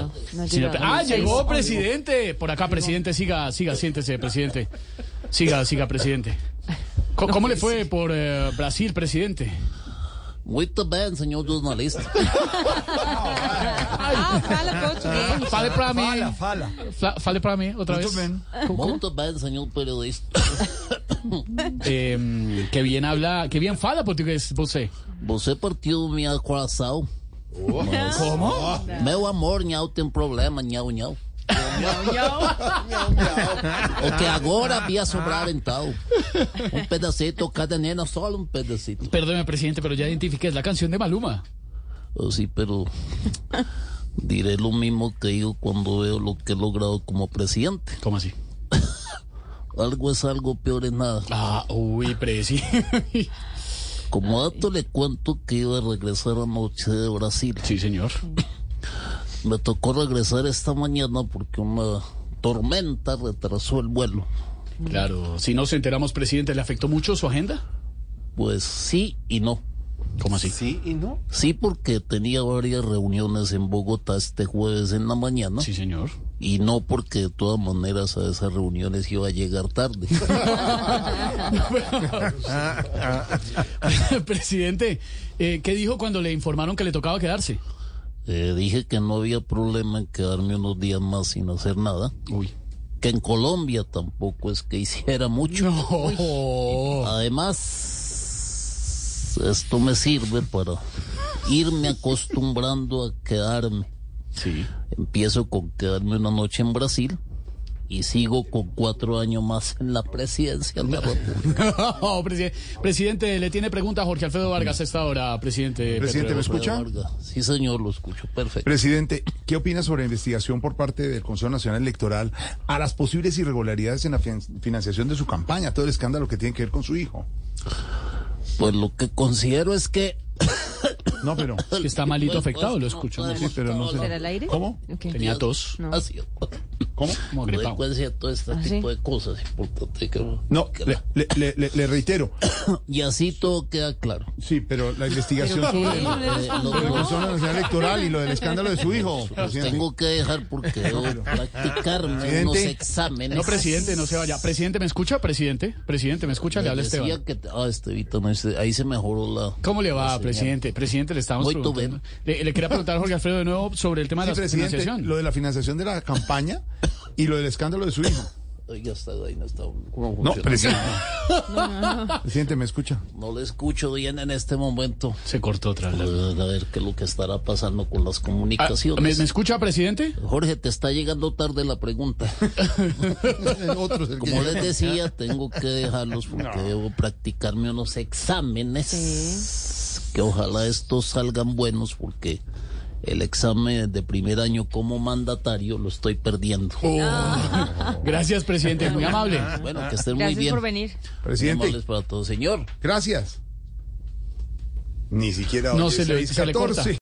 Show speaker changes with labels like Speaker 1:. Speaker 1: No
Speaker 2: Señor
Speaker 1: llega.
Speaker 2: pre- ah, llegó presidente. Por acá, presidente, siga, siga, siéntese, presidente. Siga, siga, presidente. Co- ¿Cómo, le fue por eh, Brasil, presidente?
Speaker 3: Muy bien, señor jornalista.
Speaker 1: Ah, fala português.
Speaker 2: Fale para mí.
Speaker 4: Fala, fala.
Speaker 2: Fla- Fale para mí otra vez.
Speaker 4: Muito bien.
Speaker 3: Muy bien, señor periodista.
Speaker 2: Eh, que bien habla, que bien fala portugués, vos.
Speaker 3: Você partiu minha coração.
Speaker 2: ¿Cómo?
Speaker 3: Meu amor, não tem problema, não, não. O que agora via sobrar então. Um pedacito, cada nena só um pedacito.
Speaker 2: Perdóneme, presidente, pero ya identifiqué, es la canción de Maluma.
Speaker 3: Oh, sí, pero diré lo mismo que digo cuando veo lo que he logrado como presidente.
Speaker 2: ¿Cómo así?
Speaker 3: Algo es algo, peor es nada.
Speaker 2: Ah, uy, presidente.
Speaker 3: Como dato le cuento que iba a regresar anoche de Brasil.
Speaker 2: Sí, señor.
Speaker 3: Me tocó regresar esta mañana porque una tormenta retrasó el vuelo.
Speaker 2: Claro, si nos enteramos, presidente, ¿le afectó mucho su agenda?
Speaker 3: Pues sí y no.
Speaker 2: ¿Cómo así?
Speaker 4: Sí y no.
Speaker 3: Sí porque tenía varias reuniones en Bogotá este jueves en la mañana
Speaker 2: Sí, señor.
Speaker 3: y no porque de todas maneras a esas reuniones iba a llegar tarde.
Speaker 2: presidente, eh, ¿qué dijo cuando le informaron que le tocaba quedarse?
Speaker 3: Eh, dije que no había problema en quedarme unos días más sin hacer nada,
Speaker 2: Uy.
Speaker 3: que en Colombia tampoco es que hiciera mucho.
Speaker 5: Oh.
Speaker 2: No.
Speaker 3: Además, esto me sirve para irme acostumbrando a quedarme.
Speaker 2: Sí.
Speaker 3: Empiezo con quedarme una noche en Brasil y sigo con cuatro años más en la presidencia de la República.
Speaker 2: No, presidente. Presidente, le tiene pregunta a Jorge Alfredo Vargas a esta hora, presidente.
Speaker 5: Presidente, pues,
Speaker 2: Petro.
Speaker 5: ¿me escucha?
Speaker 3: Vargas. Sí, señor, lo escucho. Perfecto.
Speaker 5: Presidente, ¿qué opina sobre la investigación por parte del Consejo Nacional Electoral a las posibles irregularidades en la fin- financiación de su campaña, todo el escándalo que tiene que ver con su hijo?
Speaker 3: Pues lo que considero es que...
Speaker 5: No, pero...
Speaker 2: Que está malito afectado, lo escucho.
Speaker 3: No,
Speaker 5: Sí, pero no sé.
Speaker 1: ¿Será el aire?
Speaker 5: ¿Cómo?
Speaker 1: Ok.
Speaker 2: Tenía tos,
Speaker 1: No.
Speaker 3: Así,
Speaker 5: ¿Cómo?
Speaker 2: como agripado.
Speaker 3: consecuencia de todo este
Speaker 1: ¿Ah, sí?
Speaker 3: tipo de cosas importantes que-
Speaker 5: No, le, le- le- le- le reitero.
Speaker 3: Y así todo queda claro. Eh,
Speaker 5: Sí, pero la investigación
Speaker 1: ¿Pero qué?
Speaker 5: sobre el,
Speaker 1: No le
Speaker 5: el-
Speaker 3: respondió.
Speaker 5: el Consejo Nacional Electoral y lo del escándalo de su hijo.
Speaker 3: Los
Speaker 5: presidente.
Speaker 3: Pues tengo que dejar porque debo practicarme
Speaker 5: Presidente.
Speaker 3: unos exámenes.
Speaker 2: No, presidente, no se vaya. Presidente, ¿me escucha? Presidente, presidente, ¿me escucha? Le habla
Speaker 3: Decía
Speaker 2: Esteban.
Speaker 3: que te- ah, Estevita, me dice- ahí se mejoró la.
Speaker 2: ¿Cómo le va,
Speaker 3: señal.
Speaker 2: presidente? Presidente, le estamos
Speaker 3: Muy tú,
Speaker 2: preguntando. Le, le quería preguntar a Jorge Alfredo de nuevo sobre el tema
Speaker 5: Sí,
Speaker 2: de la
Speaker 5: presidente,
Speaker 2: financiación.
Speaker 5: lo de la financiación de la campaña y lo del escándalo de su hijo.
Speaker 3: Oiga, está ahí, no está.
Speaker 5: No, presidente. Presidente, ¿me escucha?
Speaker 3: No le escucho bien en este momento.
Speaker 2: Se cortó otra vez.
Speaker 3: Eh, A ver qué es lo que estará pasando con las
Speaker 2: Ah, ¿me,
Speaker 3: comunicaciones.
Speaker 2: me escucha, presidente?
Speaker 3: Jorge, te está llegando tarde la pregunta.
Speaker 5: El otro es el que-
Speaker 3: Como les decía, tengo que dejarlos porque debo practicarme unos exámenes. Que ojalá estos salgan buenos porque el examen de primer año como mandatario lo estoy perdiendo.
Speaker 5: Oh.
Speaker 2: Gracias, presidente, muy amable.
Speaker 3: Bueno, que estén muy
Speaker 1: Gracias
Speaker 3: bien.
Speaker 1: por venir.
Speaker 5: Presidente,
Speaker 3: Amables para todos. Señor.
Speaker 5: gracias. Ni siquiera
Speaker 2: No
Speaker 5: oye,
Speaker 2: se le- se le corta.
Speaker 5: 6:14.